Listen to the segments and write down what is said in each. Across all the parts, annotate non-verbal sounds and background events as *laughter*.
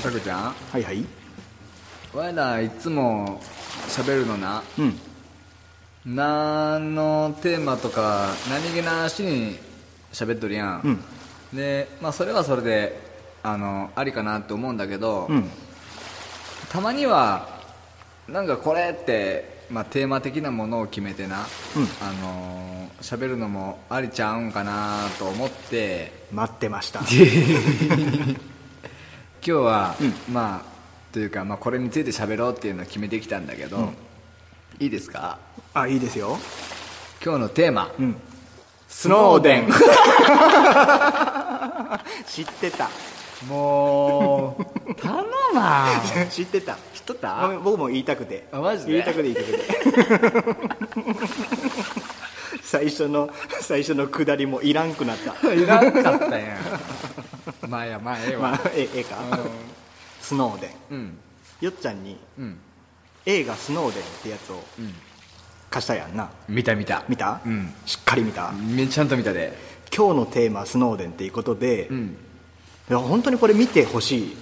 さくちゃんはいはいわらいつも喋るのなうん何のテーマとか何気なしに喋っとるやん、で、まあ、それはそれであのありかなと思うんだけど、うんたまにはなんかこれって、まあ、テーマ的なものを決めてな、うんあのー喋るのもありちゃうんかなと思って待ってました *laughs* 今日は、うまあというか、まあ、これについて喋ろうっていうのを決めてきたんだけど、いいですかあいいですよ今日のテーマ、んスノーデン知ってた *laughs* もう頼 *laughs* まん *laughs* 知ってた知っとっごめたん僕も言いたくてあマジで言いたくて言いたくて *laughs* 最初の最初の下りもいらんくなったいらんかったやん *laughs* まあいやまあええわ、まあええええかスノーデンうんよっちゃんにうん映画「スノーデン」ってやつをうん貸したやんな見た見た見た、うんしっかり見た、めちゃんと見たで今日のテーマ「スノーデン」っていうことで、ういんや本当にこれ見てほしい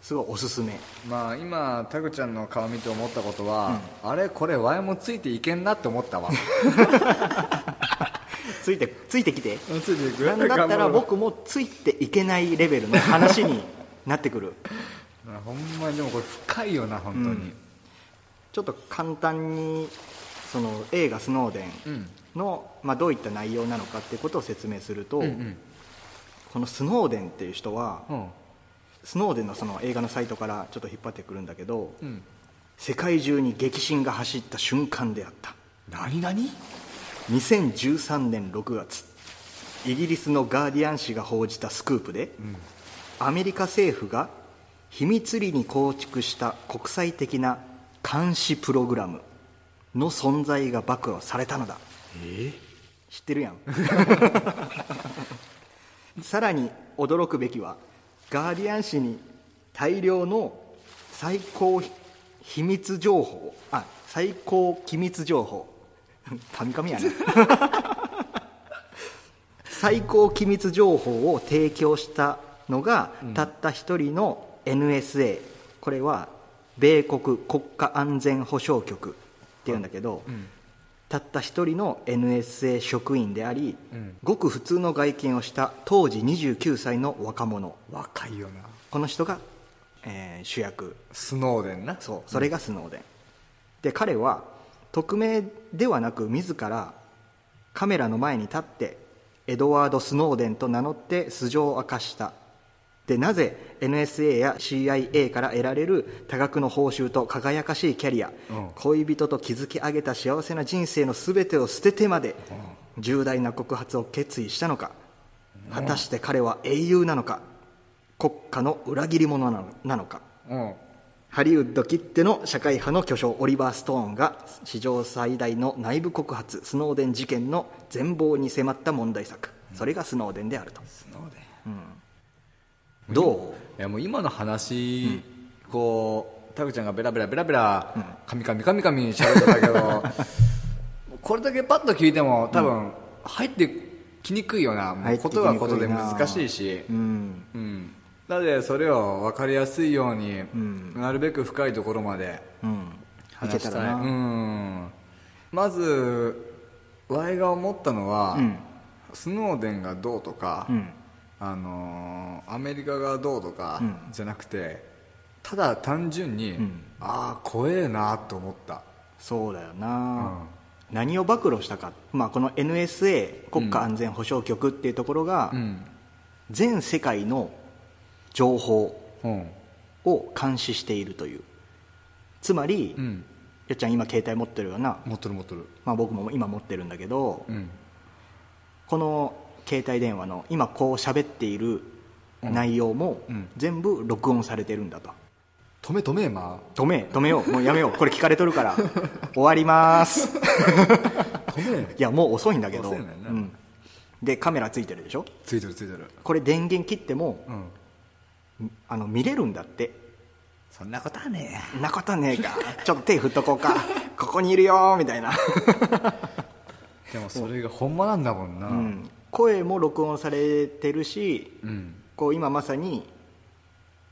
すごいおすすめまあ今タグちゃんの顔見て思ったことは、あれこれワイもついていけんなって思ったわついてついてきてついていくなんだったら僕もついていけないレベルの話になってくる *laughs* ほんまにでもこれ深いよな本当にちょっと簡単にその映画「スノーデうん、ンの」まあ、どういった内容なのかってことを説明すると、このスノーデンっていう人は、うんスノーデンのその映画のサイトからちょっと引っ張ってくるんだけど、うん世界中に激震が走った瞬間であった何何2013年6月イギリスのガーディアン紙が報じたスクープで、アメリカ政府が秘密裏に構築した国際的な監視プログラムの存在が暴露されたのだ知ってるやんさらに驚くべきはガーディアン紙に大量の最高秘密情報あ最高機密情報 *laughs* カミカミやね最高機密情報を提供したのが、たった一人の NSA これは米国国家安全保障局っていうんだけど、たった一人の NSA 職員であり、ごく普通の外見をした当時29歳の若者若いよなこの人が、えー主役スノーデンなそうそれがスノーデン、で彼は匿名ではなく自らカメラの前に立ってエドワード・スノーデンと名乗って素性を明かしたでなぜ NSA や CIA から得られる多額の報酬と輝かしいキャリア、うん恋人と築き上げた幸せな人生の全てを捨ててまで重大な告発を決意したのか果たして彼は英雄なのか国家の裏切り者なのなのかうんハリウッドきっての社会派の巨匠オリバー・ストーンが史上最大の内部告発スノーデン事件の全貌に迫った問題作それがスノーデンであると、スノーデンどいやもう今の話、こうタグちゃんがベラベラベラベラカミカミカミカミ喋ってたけ *laughs* どこれだけパッと聞いても多分入ってきにくいよな、も入うってこきにくいとなはことで難しいしう、うんうん、なのでそれを分かりやすいように、んなるべく深いところまでうんいけ話したたいらな、うん、まずワイが思ったのは、うんスノーデンがどうとか、うんあのーアメリカがどうとかうんじゃなくて、ただ単純に、んああ怖えなと思ったそうだよな、何を暴露したか、まあ、この NSA 国家安全保障局っていうところが、うん、全世界の情報うんを監視しているというつまり、うん、よっちゃん今携帯持ってるよな、持っとる持っとるまあ、僕も今持ってるんだけど、うんこの携帯電話の今こう喋っている内容もうん全部録音されてるんだと止め止めま止め止めようもうやめようこれ聞かれとるから *laughs* 終わります止めいやもう遅いんだけど、遅いねんなうんでカメラついてるでしょついてるついてるこれ電源切ってもうんあの見れるんだってそんなことはねんなことねえかちょっと手振っとこうかここにいるよみた *laughs* いな、えでもそれがほんまなんだもんなううんん、声も録音されてるしうん、こう今まさに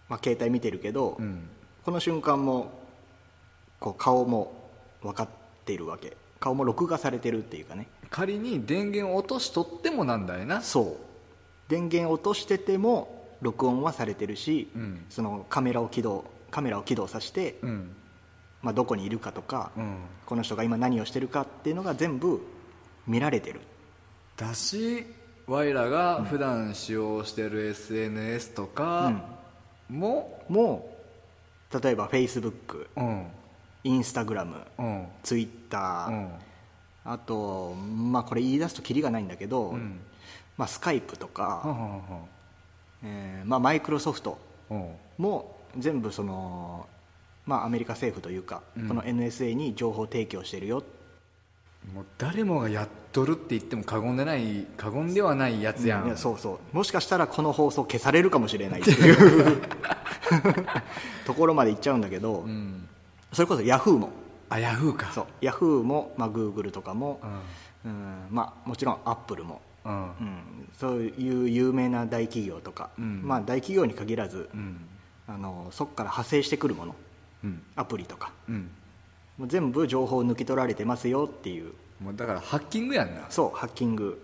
まあ、携帯見てるけど、んこの瞬間もこう顔も分かっているわけ顔も録画されてるっていうかね仮に電源を落としとってもなんだよなそう電源落としてても録音はされてるし、うんそのカメラを起動カメラを起動させて、うんまあ、どこにいるかとか、うんこの人が今何をしてるかっていうのが全部見られてるだし我らが普段使用してる SNS とかももう例えば Facebook うんインスタグラムうんツイッタうー、んあとまあこれ言い出すとキリがないんだけど、んまあ、スカイプとはんはか、んはんえーまあ、マイクロソフトうんも全部その、まあ、アメリカ政府というか、この NSA に情報提供してるよもう誰もがやっとるって言っても過言でない過言ではないやつやん、いやそうそうもしかしたらこの放送消されるかもしれないっていう *laughs* *laughs* ところまで行っちゃうんだけど、うん、それこそヤフーもあヤフーかそうヤフーも、まあ、グーグルとかも、ううんまあ、もちろんアップルも、んうんうん、そういう有名な大企業とか、うんまあ、大企業に限らず、うんあのそこから派生してくるものうんアプリとかうんもう全部情報を抜き取られてますよっていうもうだからハッキングやんなそうハッキング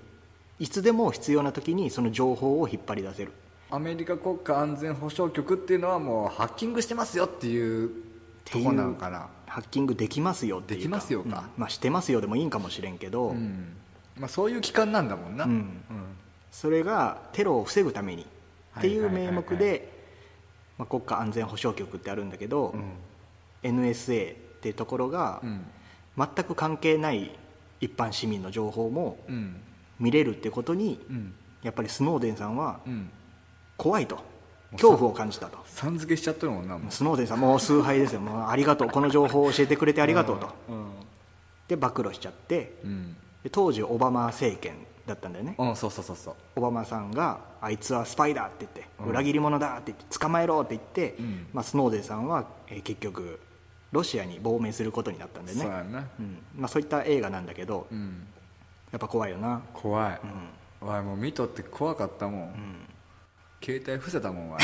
いつでも必要な時にその情報を引っ張り出せるアメリカ国家安全保障局っていうのはもうハッキングしてますよっていうとこなのかなハッキングできますよっていうかできますよかうんまあ、してますよでもいいんかもしれんけど、うんまあ、そういう機関なんだもんな、うんうんそれがテロを防ぐためにっていうはい名目はいはいはでまあ国家安全保障局ってあるんだけど、NSA っていうところがうん全く関係ない一般市民の情報もうん見れるってことに、うんやっぱりスノーデンさんはうん怖いとう恐怖を感じたとさん付けしちゃってるもんなもスノーデンさんもう崇拝ですよもうありがとうこの情報を教えてくれてありがとうとううんで暴露しちゃってうん、で当時オバマ政権だったんだよねうん、そうそうそうそうオバマさんがあいつはスパイだって言って裏切り者だって言って捕まえろって言って、うんまあ、スノーデンさんは、えー結局ロシアに亡命することになったんでねそうやなうんまあ、そういった映画なんだけど、うんやっぱ怖いよな怖い、うんわいもう見とって怖かったもん、携帯伏せたもんわい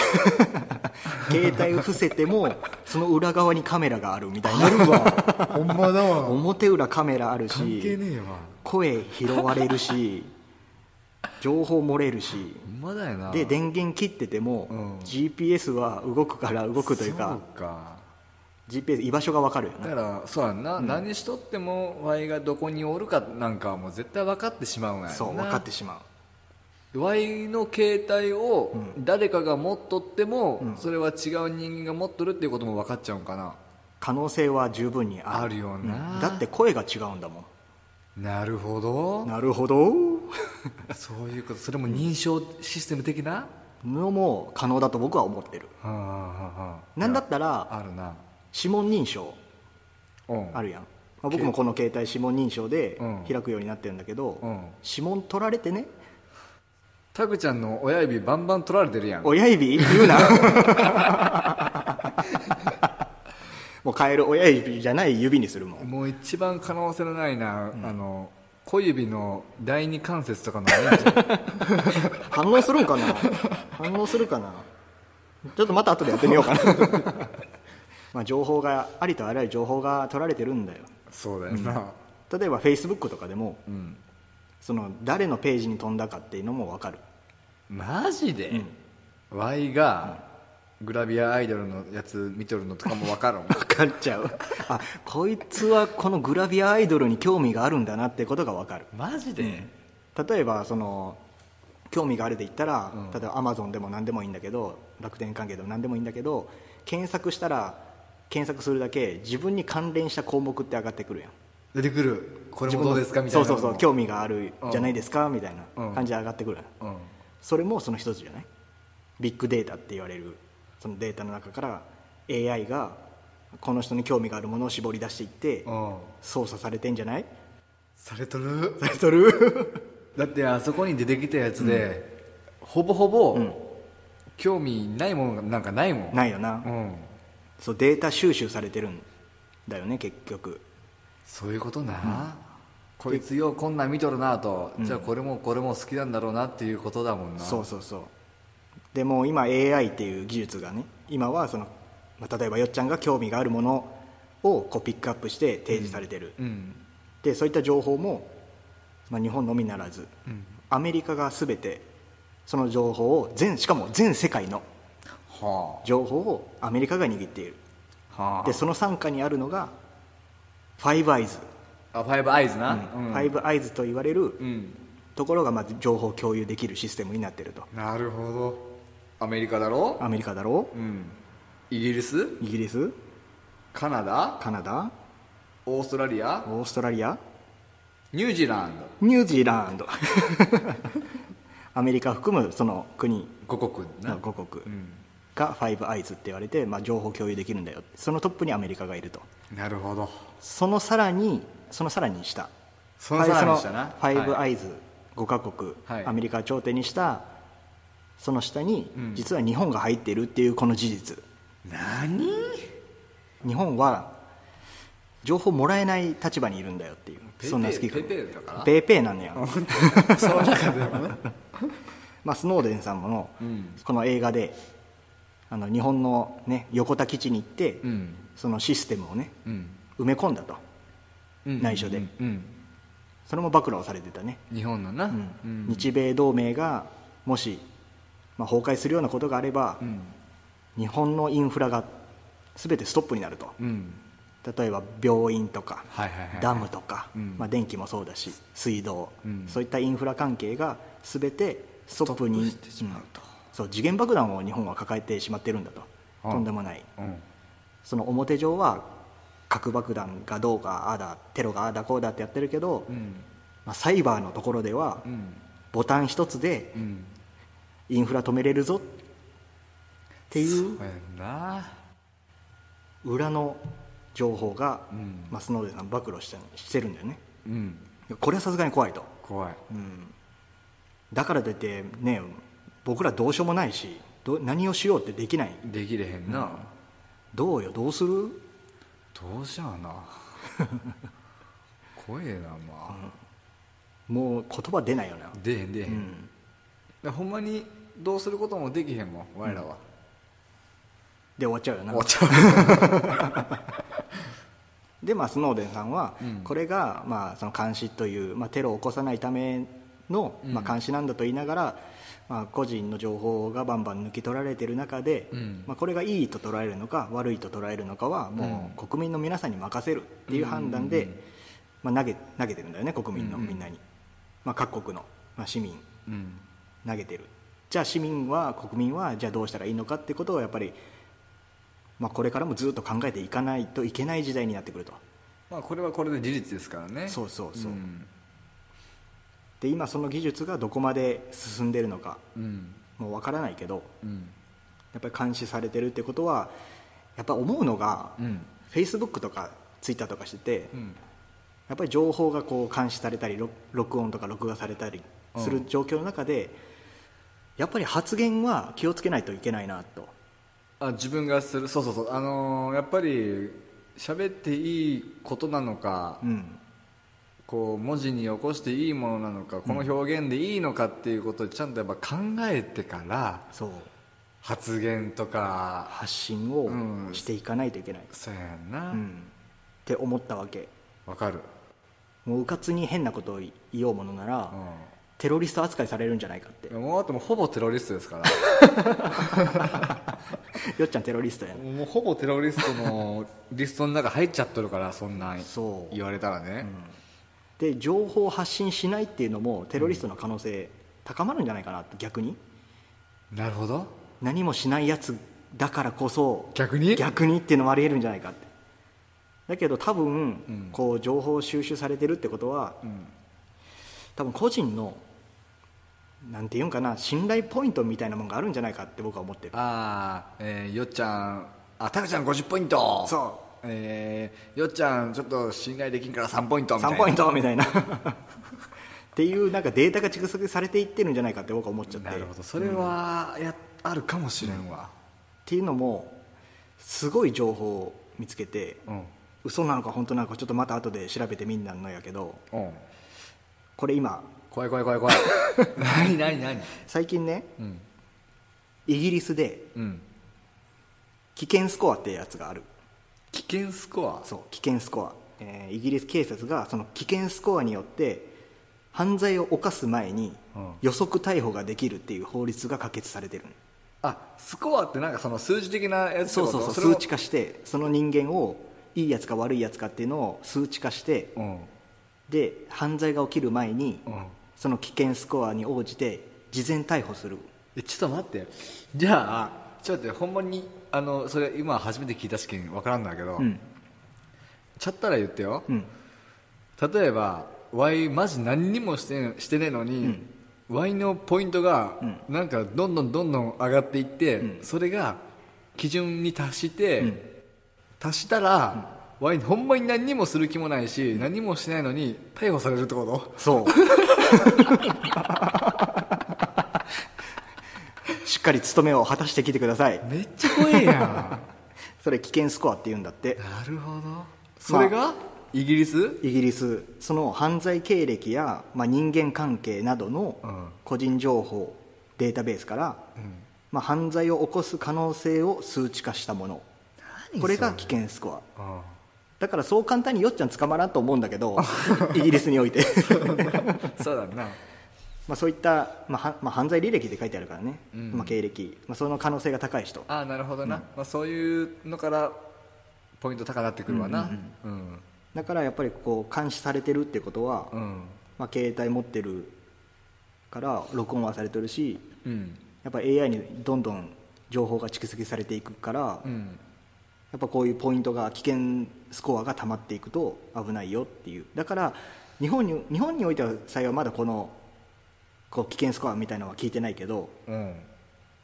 携帯を伏せてもその裏側にカメラがあるみた *laughs* いな *laughs* ほんまだわ *laughs* 表裏カメラある関係しねえわ声拾われ *laughs* るし情報漏れるしほんまだよなで電源切ってても、うん GPS は動くから動くというかそうか GPS 居場所が分かるよだなからそうやんな、何しとってもワイがどこにおるかなんかはもう絶対分かってしまうんやんなそう分かってしまうワイの携帯を誰かが持っとっても、それは違う人間が持っとるっていうことも分かっちゃうんかな、可能性は十分にあるあるよなうんだって声が違うんだもなるほんどなるほどそういうことそれも認証システム的な、のも可能だと僕は思ってるはあはあはあなんだったらあるな指紋認証うんあるやん、まあ、僕もこの携帯指紋認証でうん開くようになってるんだけど、うん指紋取られてねタグちゃんの親指バンバン取られてるやん親指言うなもう変える親指じゃない指にするもんもう一番可能性のないな、あの小指の第二関節とかのあれやんじゃん反応するんかな反応するかなちょっとまた後でやってみようかなまあ情報がありとあらゆる情報が取られてるんだよ *laughs* そうだよな例えば Facebook とかでもうん、その誰のページに飛んだかっていうのも分かるマジで、ワイがグラビアアイドルのやつ見とるのとかも分かる *laughs* もん分かっちゃうあこいつはこのグラビアアイドルに興味があるんだなってことが分かるマジで、例えばその興味があるで言ったら、うん例えばアマゾンでも何でもいいんだけど楽天関係でも何でもいいんだけど検索したら検索するだけ自分に関連した項目って上がってくるやん出てくるこれもどうですかみたいなそうそうそう興味があるじゃないですか、みたいなうん感じで上がってくるやん日、うん、それもその一つじゃないビッグデータって言われるそのデータの中から AI がこの人に興味があるものを絞り出していってうん操作されてんじゃないされとるされとる *laughs* だってあそこに出てきたやつで、ほぼほぼ、興味ないものなんかないもんないよな、うん、そうデータ収集されてるんだよね結局そういうことな、こいつようこんなん見とるなと、じゃあこれもこれも好きなんだろうなっていうことだもんなそうそうそうでもう今 AI っていう技術がね今はその、まあ、例えばよっちゃんが興味があるものをこうピックアップして提示されてる、うんでそういった情報も、まあ、日本のみならず、アメリカが全てその情報を全しかも全世界のは情報をアメリカが握っているあはあでその傘下にあるのがファイブアイズ、あファイブアイズな、フうんァイブアイズと言われるうんところがまず情報を共有できるシステムになってるとなるほどアメリカだろアメリカだろうんイギリスイギリスカナダカナダオーストラリアオーストラリアニュージーランドニュージーランド *laughs* アメリカ含むその国5国なの5国うんがファイブアイズって言われて、まあ、情報共有できるんだよそのトップにアメリカがいるとなるほどそのさらにそのさらに下そのさらに下なファイブはアイズ5カ国、はいアメリカを頂点にしたその下に、ん実は日本が入っているっていうこの事実何日本は情報もらえない立場にいるんだよっていうペイペイそんな好きペイペイだからペイペイなんだ *laughs* よその中でもねまあ、スノーデンさんもの、うんこの映画であの日本の、ね、横田基地に行って、うんそのシステムをねうん埋め込んだとうん内緒でうんうんそれも暴露をされてたね、日本のなうんうん日米同盟がもし、まあ、崩壊するようなことがあれば、うん日本のインフラが全てストップになるとうん例えば病院とか、はいはいはいダムとか、うんまあ、電気もそうだし水道、うんそういったインフラ関係が全てストップにストップしてしまうとんそう次元爆弾を日本は抱えてしまってるんだと、うんとんでもないうんその表上は核爆弾がどうかああだテロがああだこうだってやってるけど、うんまあ、サイバーのところでは、うんボタン一つでうんインフラ止めれるぞっていうそうやんな裏の情報が、うんまあ、スノーデンさん暴露してしてるんだよねうんいやこれはさすがに怖いと、怖いうんだからといってね僕らどうしようもないしどう何をしようってできないできれへんなどうよどうするどうしような怖えなまあもう言葉出ないよな、出えへん出えへうんんでほんまにどうすることもできへんもん我らは、で終わっちゃうよな終わっちゃで、まあ、スノーデンさんは、うんこれが、まあ、その監視という、まあ、テロを起こさないための、うんまあ、監視なんだと言いながら、まあ、個人の情報がバンバン抜き取られている中で、うんまあ、これがいいと捉えるのか悪いと捉えるのかはもう国民の皆さんに任せるっていう判断で、まあ、投げ投げてるんだよね国民のうんうんみんなに、まあ、各国の、まあ、市民ううん投げてるじゃあ市民は国民はじゃあどうしたらいいのかってことをやっぱり、まあ、これからもずっと考えていかないといけない時代になってくると。まあこれはこれで事実ですからねそうそうそうんで今その技術がどこまで進んでるのかうんもうわからないけどうんやっぱり監視されてるってことはやっぱ思うのが、うん Facebook とか Twitter とかしてて、うんやっぱり情報がこう監視されたり録録音とか録画されたりする状況の中で、やっぱり発言は気をつけないといけないなとあ自分がするそうそうそうあのーやっぱり喋っていいことなのか、うんこう文字に起こしていいものなのかこの表現でいいのかっていうことをちゃんとやっぱ考えてからそう発言とか発信をうんしていかないといけない、そうやんなうわん、って思ったわけ、かる、もううかつに変なことを言おうものなら、うんテロリスト扱いされるんじゃないかっていやもうあともうほぼテロリストですから *laughs* よっちゃんテロリストやん、 *laughs* もうほぼテロリストの *laughs* リストの中入っちゃっとるからそんなんそう言われたらね、で情報を発信しないっていうのもテロリストの可能性高まるんじゃないかなって逆になるほど何もしないやつだからこそ逆に逆にっていうのもありえるんじゃないかってだけど多分、うんこう情報収集されてるってことはうん多分個人のなんていうんかな信頼ポイントみたいなもんがあるんじゃないかって僕は思ってるああ、えーよっちゃんあたくちゃん50ポイントそえーよっちゃんちょっと信頼できんから3ポイントみたい3なポイントみたいな *laughs* っていうなんかデータが蓄積されていってるんじゃないかって僕は思っちゃってなるほどそれはや、あるかもしれんわっていうのもすごい情報を見つけて、うん嘘なのか本当なのかちょっとまた後で調べてみんなのやけどうん、これ今 *laughs* 怖い怖い怖い怖い何何何最近ねうん生イギリスでうん危険スコアってやつがある危険スコアそう危険スコア、えーイギリス警察がその危険スコアによって犯罪を犯す前にうん予測逮捕ができるっていう法律が可決されてるあスコアってなんかその数字的なやつってそことうそうそうれを数値化してその人間をいいやつか悪いやつかっていうのを数値化してうんで犯罪が起きる前に、うんその危険スコアに応じて事前逮捕するえちょっと待ってじゃあちょっと待ってほんまにあのそれ今初めて聞いた試験わからんだけど、うんちゃったら言ってよ、うん例えば Y マジ何にもしてしてねえのに、Y のポイントがなんかどんどんどんどん上がっていって、それが基準に達して、達したら、Y ほんまに何にもする気もないし何もしてないのに逮捕されるってことそう *laughs* しっかり務めを果たしてきてくださいめっちゃ怖えやん *laughs* なそれ危険スコアって言うんだってるほどそれが、イギリスイギリスその犯罪経歴や、まあ、人間関係などうんの個人情報データベースから、まあ、犯罪を起こす可能性を数値化したものこれが危険スコアうんだからそう簡単によっちゃん捕まらんと思うんだけ *laughs* どイギリスにおいてそうだなまあそういった、まあはまあ、犯罪履歴って書いてあるからね、うんまあ、経歴、まあ、その可能性が高い人ああなるほどな、まあ、そういうのからポイント高なってくるわなうんだからやっぱりこう監視されてるってことは、うんまあ、携帯持ってるから録音はされてるしうんやっぱ AI にどんどん情報が蓄積されていくから、うやんっぱこういうポイントが危険スコアが溜まっていくと危ないよっていうだから日本に日本においては幸いまだこのこう危険スコアみたいなのは聞いてないけどうん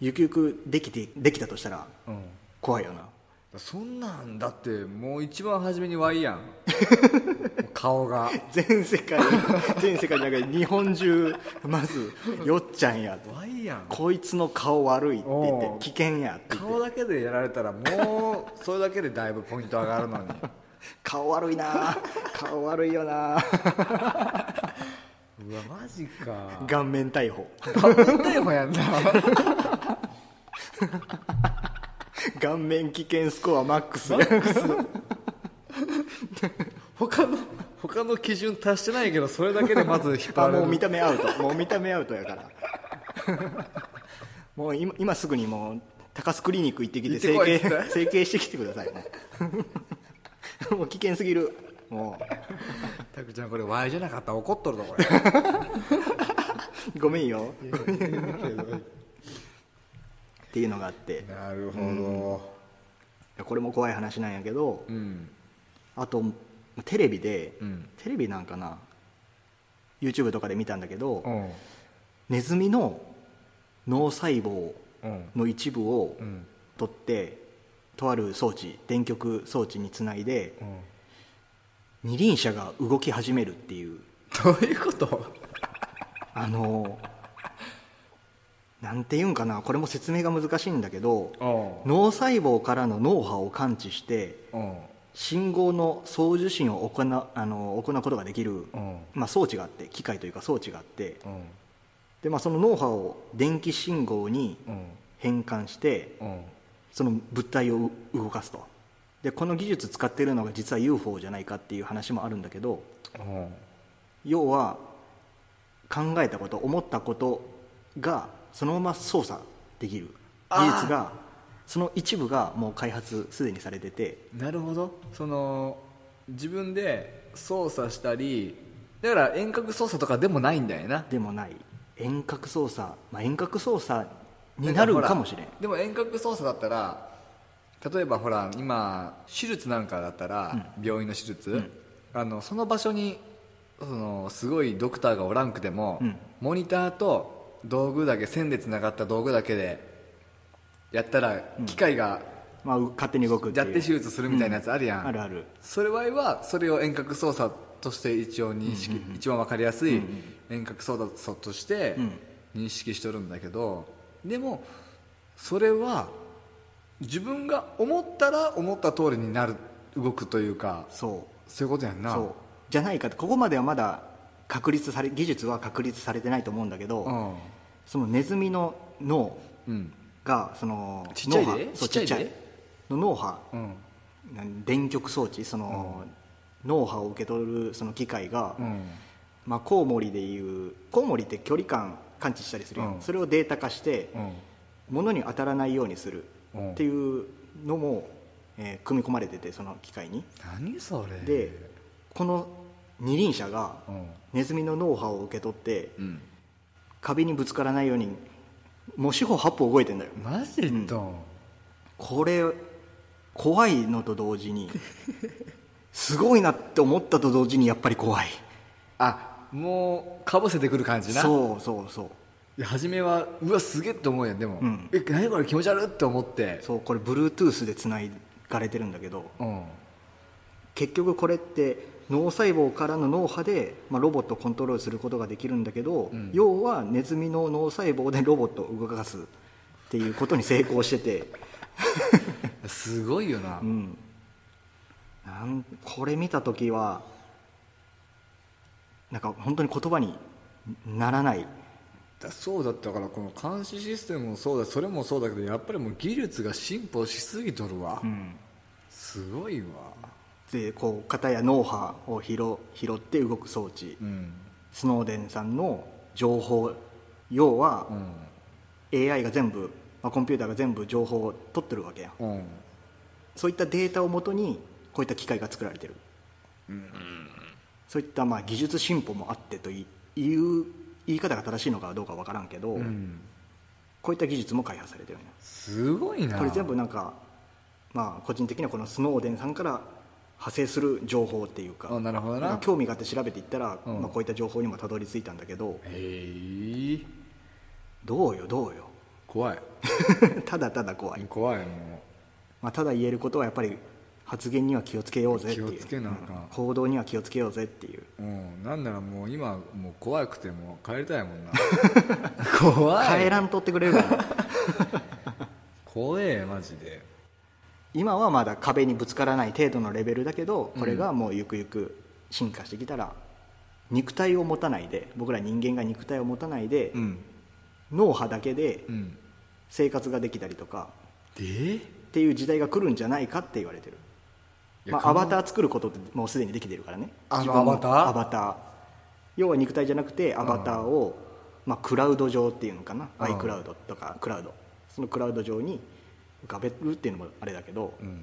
ゆくゆくできてできたとしたら怖いよなそんなんだってもう一番初めに Y *laughs* やん顔が全世界全世界の中で日本中まずよっちゃんやと Y やんこいつの顔悪いって言おっうて危険やって言って顔だけでやられたらもうそれだけでだいぶポイント上がるのに顔悪いな顔悪いよな *laughs* うわマジか顔面逮捕顔逮捕や *laughs* んな顔面危険スコアマックス他の他の基準達してないけどそれだけでまず引っ *laughs* あ張られもう見るた目アウトもう見た目アウトやから *laughs* もう今今すぐにもう高須クリニック行ってきて整行ってこいっつっ形整形してきてくださいね *laughs* もう危険すぎるもたくちゃんこれ Y じゃなかったら怒っとるぞこれ *laughs* うごめんよなっていうのがあってるほこれも怖い話なんやけどどうんあとテレビで、うんテレビなんかな YouTube とかで見たんだけど、うんネズミの脳細胞うんの一部をうん取ってとある装置電極装置につないで二輪車が動き始めるっていうどういうこと *laughs* あのなんていうんかなこれも説明が難しいんだけどう脳細胞からの脳波を感知してんうん信号の送受信を行うあの行うことができる、うんまあ、装置があって機械というか装置があってうんで、まあ、その脳波を電気信号に変換してうんその物体を動かすとでこの技術使ってるのが実は UFO じゃないかっていう話もあるんだけどうん要は考えたこと思ったことがそのまま操作できる技術がその一部がもう開発すでにされててなるほどその自分で操作したりだから遠隔操作とかでもないんだよなでもない遠隔操作、まあ、遠隔操作になるかもしれんんかほらでも遠隔操作だったら例えばほら今手術なんかだったら、病院の手術、あのその場所にそのすごいドクターがおらんくても、うんモニターと道具だけ線でつながった道具だけでやったら機械がまあ、う勝手に動くってやっいうて手術するみたいなやつあるやん、あるあるそれはそれを遠隔操作として一応認識、一番わかりやすい遠隔操作として認識してるんだけど、でもそれは自分が思ったら思った通りになる動くというかそうそういうことやんなそうじゃないかとここまではまだ確立され技術は確立されてないと思うんだけど、うんそのネズミの脳うんがそのちっちゃいで脳波そうちちっっちちゃゃいでいの脳波、うんなん電極装置その、脳波を受け取るその機械が、うんまあ、コウモリでいうコウモリって距離感感知したりするやん、うんそれをデータ化して、うん物に当たらないようにするうんっていうのも、えー組み込まれててその機械に何それでこの二輪車がうんネズミの脳波を受け取ってうん壁にぶつからないようにもう四方八方動いてんだよマジで言ったん、これ怖いのと同 *laughs* 時にすごいなって思ったと同時にやっぱり怖いあもうかぶせてくる感じなそうそうそういや初めはうわすげえって思うやんでも、うんえ何これ気持ち悪いって思ってそうこれ Bluetooth でつながれてるんだけどうん結局これって脳細胞からの脳波で、まあ、ロボットをコントロールすることができるんだけど、ん要はネズミの脳細胞でロボットを動かすっていうことに成功してて、すごいよな、うん、なんこれ見た時はなんか本当に言葉にならないだそうだったからこの監視システムもそうだそれもそうだけどやっぱりもう技術が進歩しすぎとるわ、すごいわでこう片や脳波を拾拾って動く装置、うんスノーデンさんの情報要は、うん AI が全部、まあ、コンピューターが全部情報を取ってるわけやんうんそういったデータをもとにこういった機械が作られてる、そういったまあ技術進歩もあってといいう言い方が正しいのかどうかわからんけど、うんこういった技術も開発されてるんやすごいなこれ全部なんかまあ個人的にはこのスノーデンさんから派生する情報っていうかあなるほどなんか興味があって調べていったら、うんまあ、こういった情報にもたどり着いたんだけどへえどうよどうよ *laughs* 怖いただただ怖い、怖いもまあ、ただ言えることはやっぱり発言には気をつけようぜっていう気をつけなあかんうん行動には気をつけようぜっていうううんなんならもう今もう怖くてもう帰りたいもん *laughs* な怖い帰らんとってくれ *laughs* るからな怖えマジで今はまだ壁にぶつからない程度のレベルだけどこれがもうゆくゆく進化してきたら肉体を持たないで僕ら人間が肉体を持たないで、うん脳波だけでうん生活ができたりとかでっていう時代が来るんじゃないかって言われてる、いやまあ、アバター作ることってもうすでにできてるからねあの自分もアバターアバター要は肉体じゃなくてアバターを、まあ、クラウド上っていうのかな、うん iCloud とかクラウドそのクラウド上に浮かべるっていうのもあれだけど、うん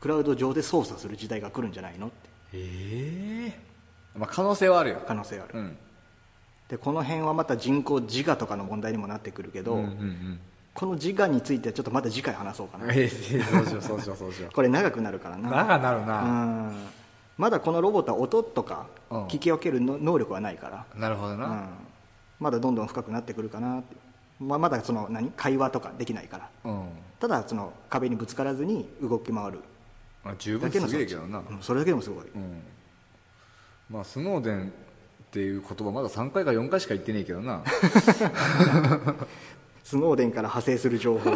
クラウド上で操作する時代が来るんじゃないのってええまあ可能性はあるよ可能性はある、うんでこの辺はまた人口自我とかの問題にもなってくるけど、うんうんこの自我についてはちょっとまた次回話そうかなええそうしようそうしようそうしよこれ長くなるからうな長なるな、うんまだこのロボットは音とかうん聞き分けるの能力はないから、なるほどな、うんまだどんどん深くなってくるかなって、まあ、まだその何会話とかできないかうらんただその壁にぶつからずに動き回るまあ、十だ分けのす装げえ置けどな、うんそれだけでもすごい、うんまあスノーデンっていう言葉まだ3回か4回しか言ってねえけど *laughs* なスノーデンから派生する情報 *laughs* い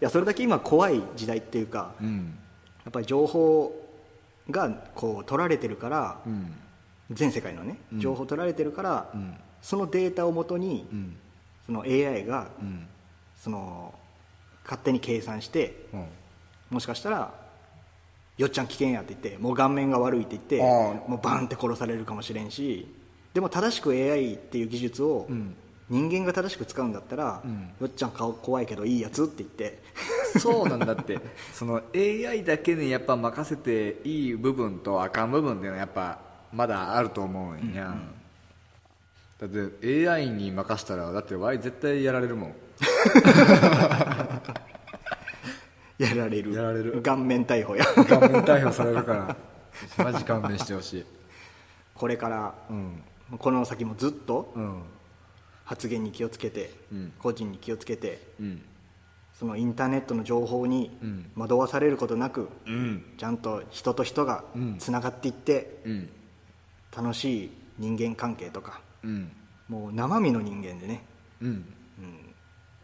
やそれだけ今怖い時代っていうかうんやっぱり情報がこう取られてるから、うん全世界のね情報取られてるから、うんそのデータをもとに、うんその AI がうんその勝手に計算してうんもしかしたら「よっちゃん危険や」って言ってもう顔面が悪いって言ってああもうバンって殺されるかもしれんしでも正しく AI っていう技術をうん人間が正しく使うんだったら「うんよっちゃん顔怖いけどいいやつ」って言って *laughs* そうなんだってその AI だけにやっぱ任せていい部分とあかん部分っていうのはやっぱまだあると思うんや、だって AI に任したらだってワイ絶対やられるもんやられるやられる顔面逮捕や顔面逮捕されるからマジ勘弁してほしいこれからうんこの先もずっとうん発言に気をつけてうん個人に気をつけてうんそのインターネットの情報にうん惑わされることなく、うんちゃんと人と人がつながっていって、うん楽しい人間関係とかうんもう生身の人間でねうん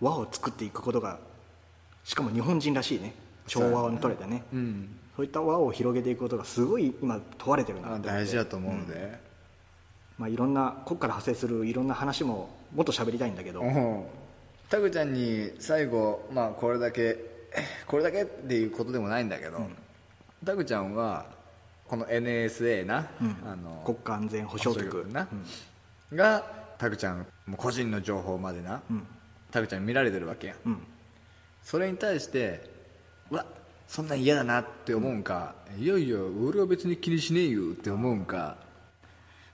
和を作っていくことがしかも日本人らしいね調和の取れたねそう,、うんいった和を広げていくことがすごい今問われてるなって大事だと思うので、まあ、いろんなここから派生するいろんな話ももっと喋りたいんだけど、うんタグちゃんに最後、まあ、これだけこれだけっていうことでもないんだけど、タグちゃんはこの NSA な、あの国家安全保障局な、がタグちゃんもう個人の情報までな、タグちゃんに見られてるわけやん、うんそれに対してうわそんなん嫌だなって思うんか、いやいや俺は別に気にしねえよって思うんか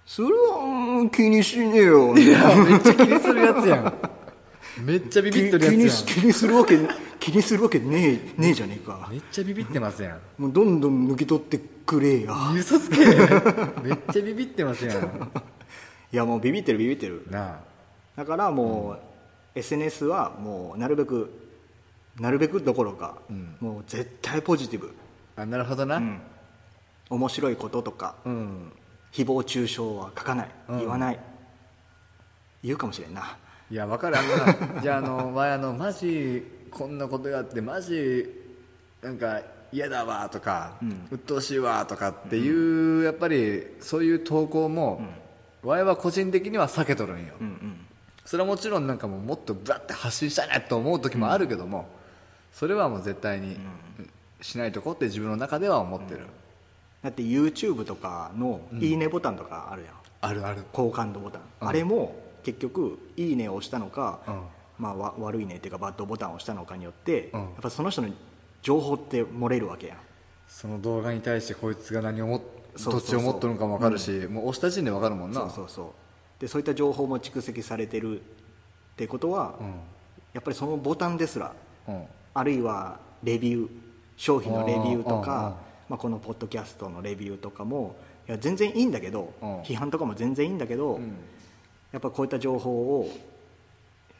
それはうん気にしねえ *laughs* よいやめっちゃ気にするやつやん *laughs* めっちゃビビっ気とるやつやんにす気にするわけ気にするわけねえねえじゃねえかめっちゃビビってますやんもうどんどん抜き取ってくれや嘘つけめっちゃビビってますやんいやもうビビってるビビってるなあだからもう SNS はもうなるべくなるべくどころか、もう絶対ポジティブあなるほどな、うん面白いこととか、誹謗中傷は書かない、言わない言うかもしれんないや分かるあのなじゃああの前あのマジこんなことやってマジなんか嫌だわとか、鬱陶しいわとかっていう、やっぱりそういう投稿も、わいは個人的には避けとるんよ、それはもちろんなんかもうもっとブラって発信したいなと思う時もあるけども、それはもう絶対にしないとこって自分の中では思ってる、だって YouTube とかの「いいね」ボタンとかあるやん、あるある好感度ボタン、あれも結局「いいね」を押したのか、うんまあ、わ悪いねっていうかバッドボタンを押したのかによって、うんやっぱその人の情報って漏れるわけやんその動画に対してこいつが何をもそうどそうそうっちを持っとるのかも分かるし、もう押した時点で分かるもんなそうそうそうでそういった情報も蓄積されてるってことは、やっぱりそのボタンですらうんうんあるいはレビュー商品のレビューとうんうんうんかまあ、このポッドキャストのレビューとかもいや全然いいんだけど、うん批判とかも全然いいんだけど、やっぱこういった情報を、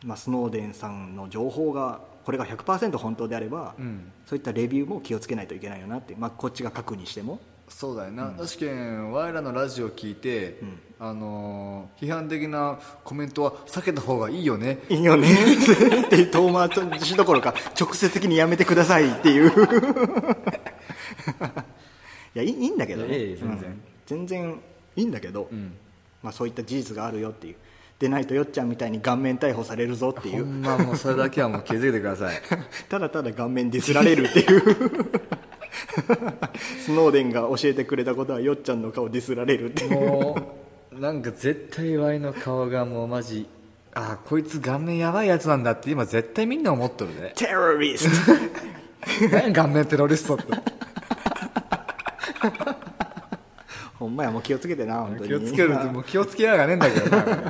まあ、スノーデンさんの情報がこれが100%本当であれば、うんそういったレビューも気をつけないといけないよなって、まあ、こっちが書くにしても、そうだよな、確かに我らのラジオ聞いて、あのー批判的なコメントは避けた方がいいよねいいよねって遠回しどころか直接的にやめてくださいっていう *laughs* いやいいいいんだけどねいやいや全然うん全然いいんだけど、んまあ、そういった事実があるよっていうでないとよっちゃんみたいに顔面逮捕されるぞっていほうんまもうそれだけはもう気づいてください *laughs* ただただ顔面ディスられるっていう *laughs* スノーデンが教えてくれたことはよっちゃんの顔ディスられるっていうもうなんか絶対ワイの顔がもうマジあこいつ顔面やばいやつなんだって今絶対みんな思っとるねテロリスト *laughs* 何や顔面テロリストって *laughs* ほんまやもう気をつけてな本当に気をつけるってもう気をつけやがねえんだけどなそうか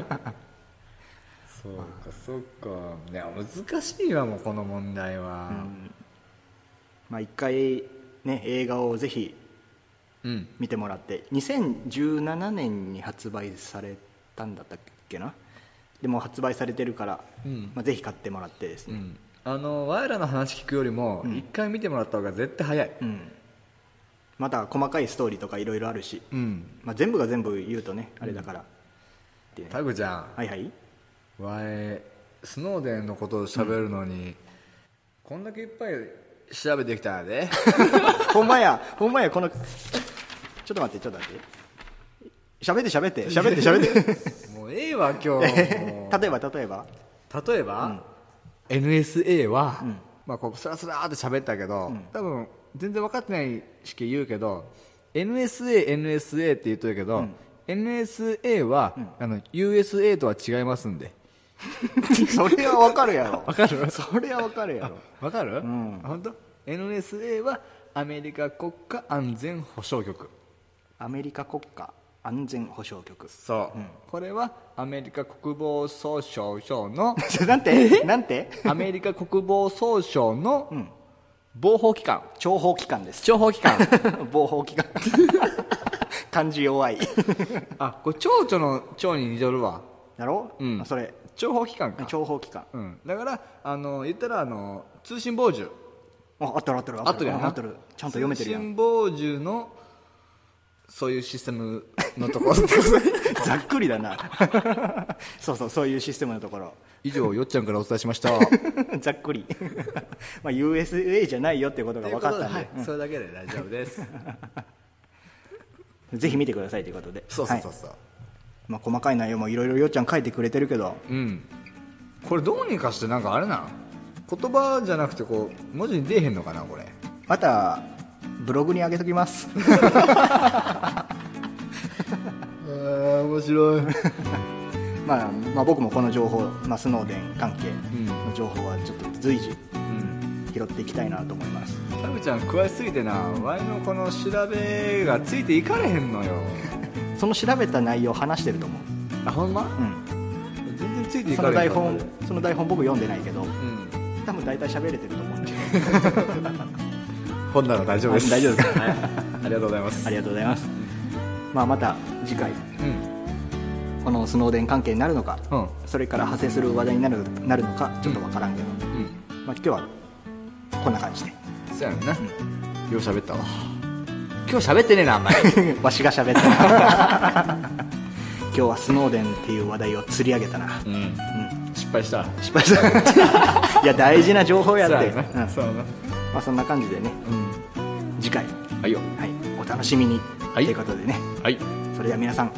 そうかいや難しいわもうこの問題はまあ、一回、ね、映画をぜひうん見てもらって2017年に発売されたんだったっけなでも発売されてるから、うんまあ、ぜひ買ってもらってですうね、んあの我らの話聞くよりも一回見てもらった方が絶対早いうんまた細かいストーリーとかいろいろあるし、うんまあ、全部が全部言うとねあれだから、ってねタグちゃんはいはいわえスノーデンのことを喋るのにこんだけいっぱい調べてきたんや *laughs* でほんまやほんまやこのちょっと待ってちょっと待って喋って喋って喋って喋ってもうええわ *laughs* 今日もう例えば例えば例えば、NSA は、まあ、こうスラスラーって喋ったけど、多分全然分かってないしか言うけど NSA、NSA って言っとるけど、NSA は、あの USA とは違いますんでそれはわかるやろわかるそれはわかるやろ分かる、ん本当 NSA はアメリカ国家安全保障局アメリカ国家安全保障局そう、これはアメリカ国防総省 *laughs* の *laughs* なんてなんてアメリカ国防総省の防報機関諜報機関です *laughs* 情報機関防報機関 *laughs* 漢字弱いあこれ蝶々の蝶に似とるわだろ、うんあそれ情報機関か、諜報機関うん、だからあの言ったらあの通信傍受ああっとるあっとるあとやあなっとるちゃんと読めてるや通ん信傍受のそういうシステムのとこ *laughs* ろざっくりだな *laughs* そうそうそういうシステムのところ *laughs* 以上よっちゃんからお伝えしましたざっくり *laughs* まあ USA じゃないよってことが分かったんといでうことはいそれだけで大丈夫ですぜひ見てくださいということでそうそうそうはいそう、まあ、細かい内容もいろいろよっちゃん書いてくれてるけどうんこれどうにかしてなんかあれなの言葉じゃなくてこう文字に出えへんのかなこれまたブログに上げときますあ面白いまあ、まあ僕もこの情報、まあ、スノーデン関係の情報はちょっと随時うん拾っていきたいなと思います、タブちゃん食わしすぎてなワイのこの調べがついていかれへんのよその調べた内容話してると思う、 *laughs* あほんまうん、全然ついていそかのれへ台んかった本その台本僕読んでないけどうん多分大体喋れてる *laughs* と思うんで本なら大丈夫です大丈 *laughs* 夫ですかはいありがとうございますありがとうございます、まあ、また次回うんこのスノーデン関係になるのか、うんそれから派生する話題になるなるのかちょっと分からんけど、うんまあ、今日はこんな感じでそうやんな、よう喋ったわ今日喋ってねえなあんまり *laughs* わしが喋ったな今日はスノーデンっていう話題を釣り上げたな、 *laughs* う *laughs* うんん失敗した失敗したいや大事な情報やっそてうやうんなそうやなまあ、そんな感じでねうん次回、はいよはい、お楽しみに、はいということでねはいそれでは皆さん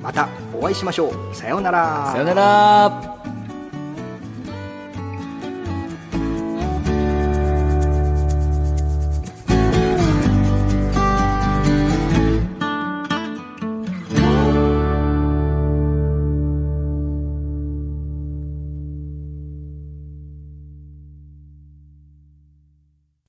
またお会いしましょうさようならさよなら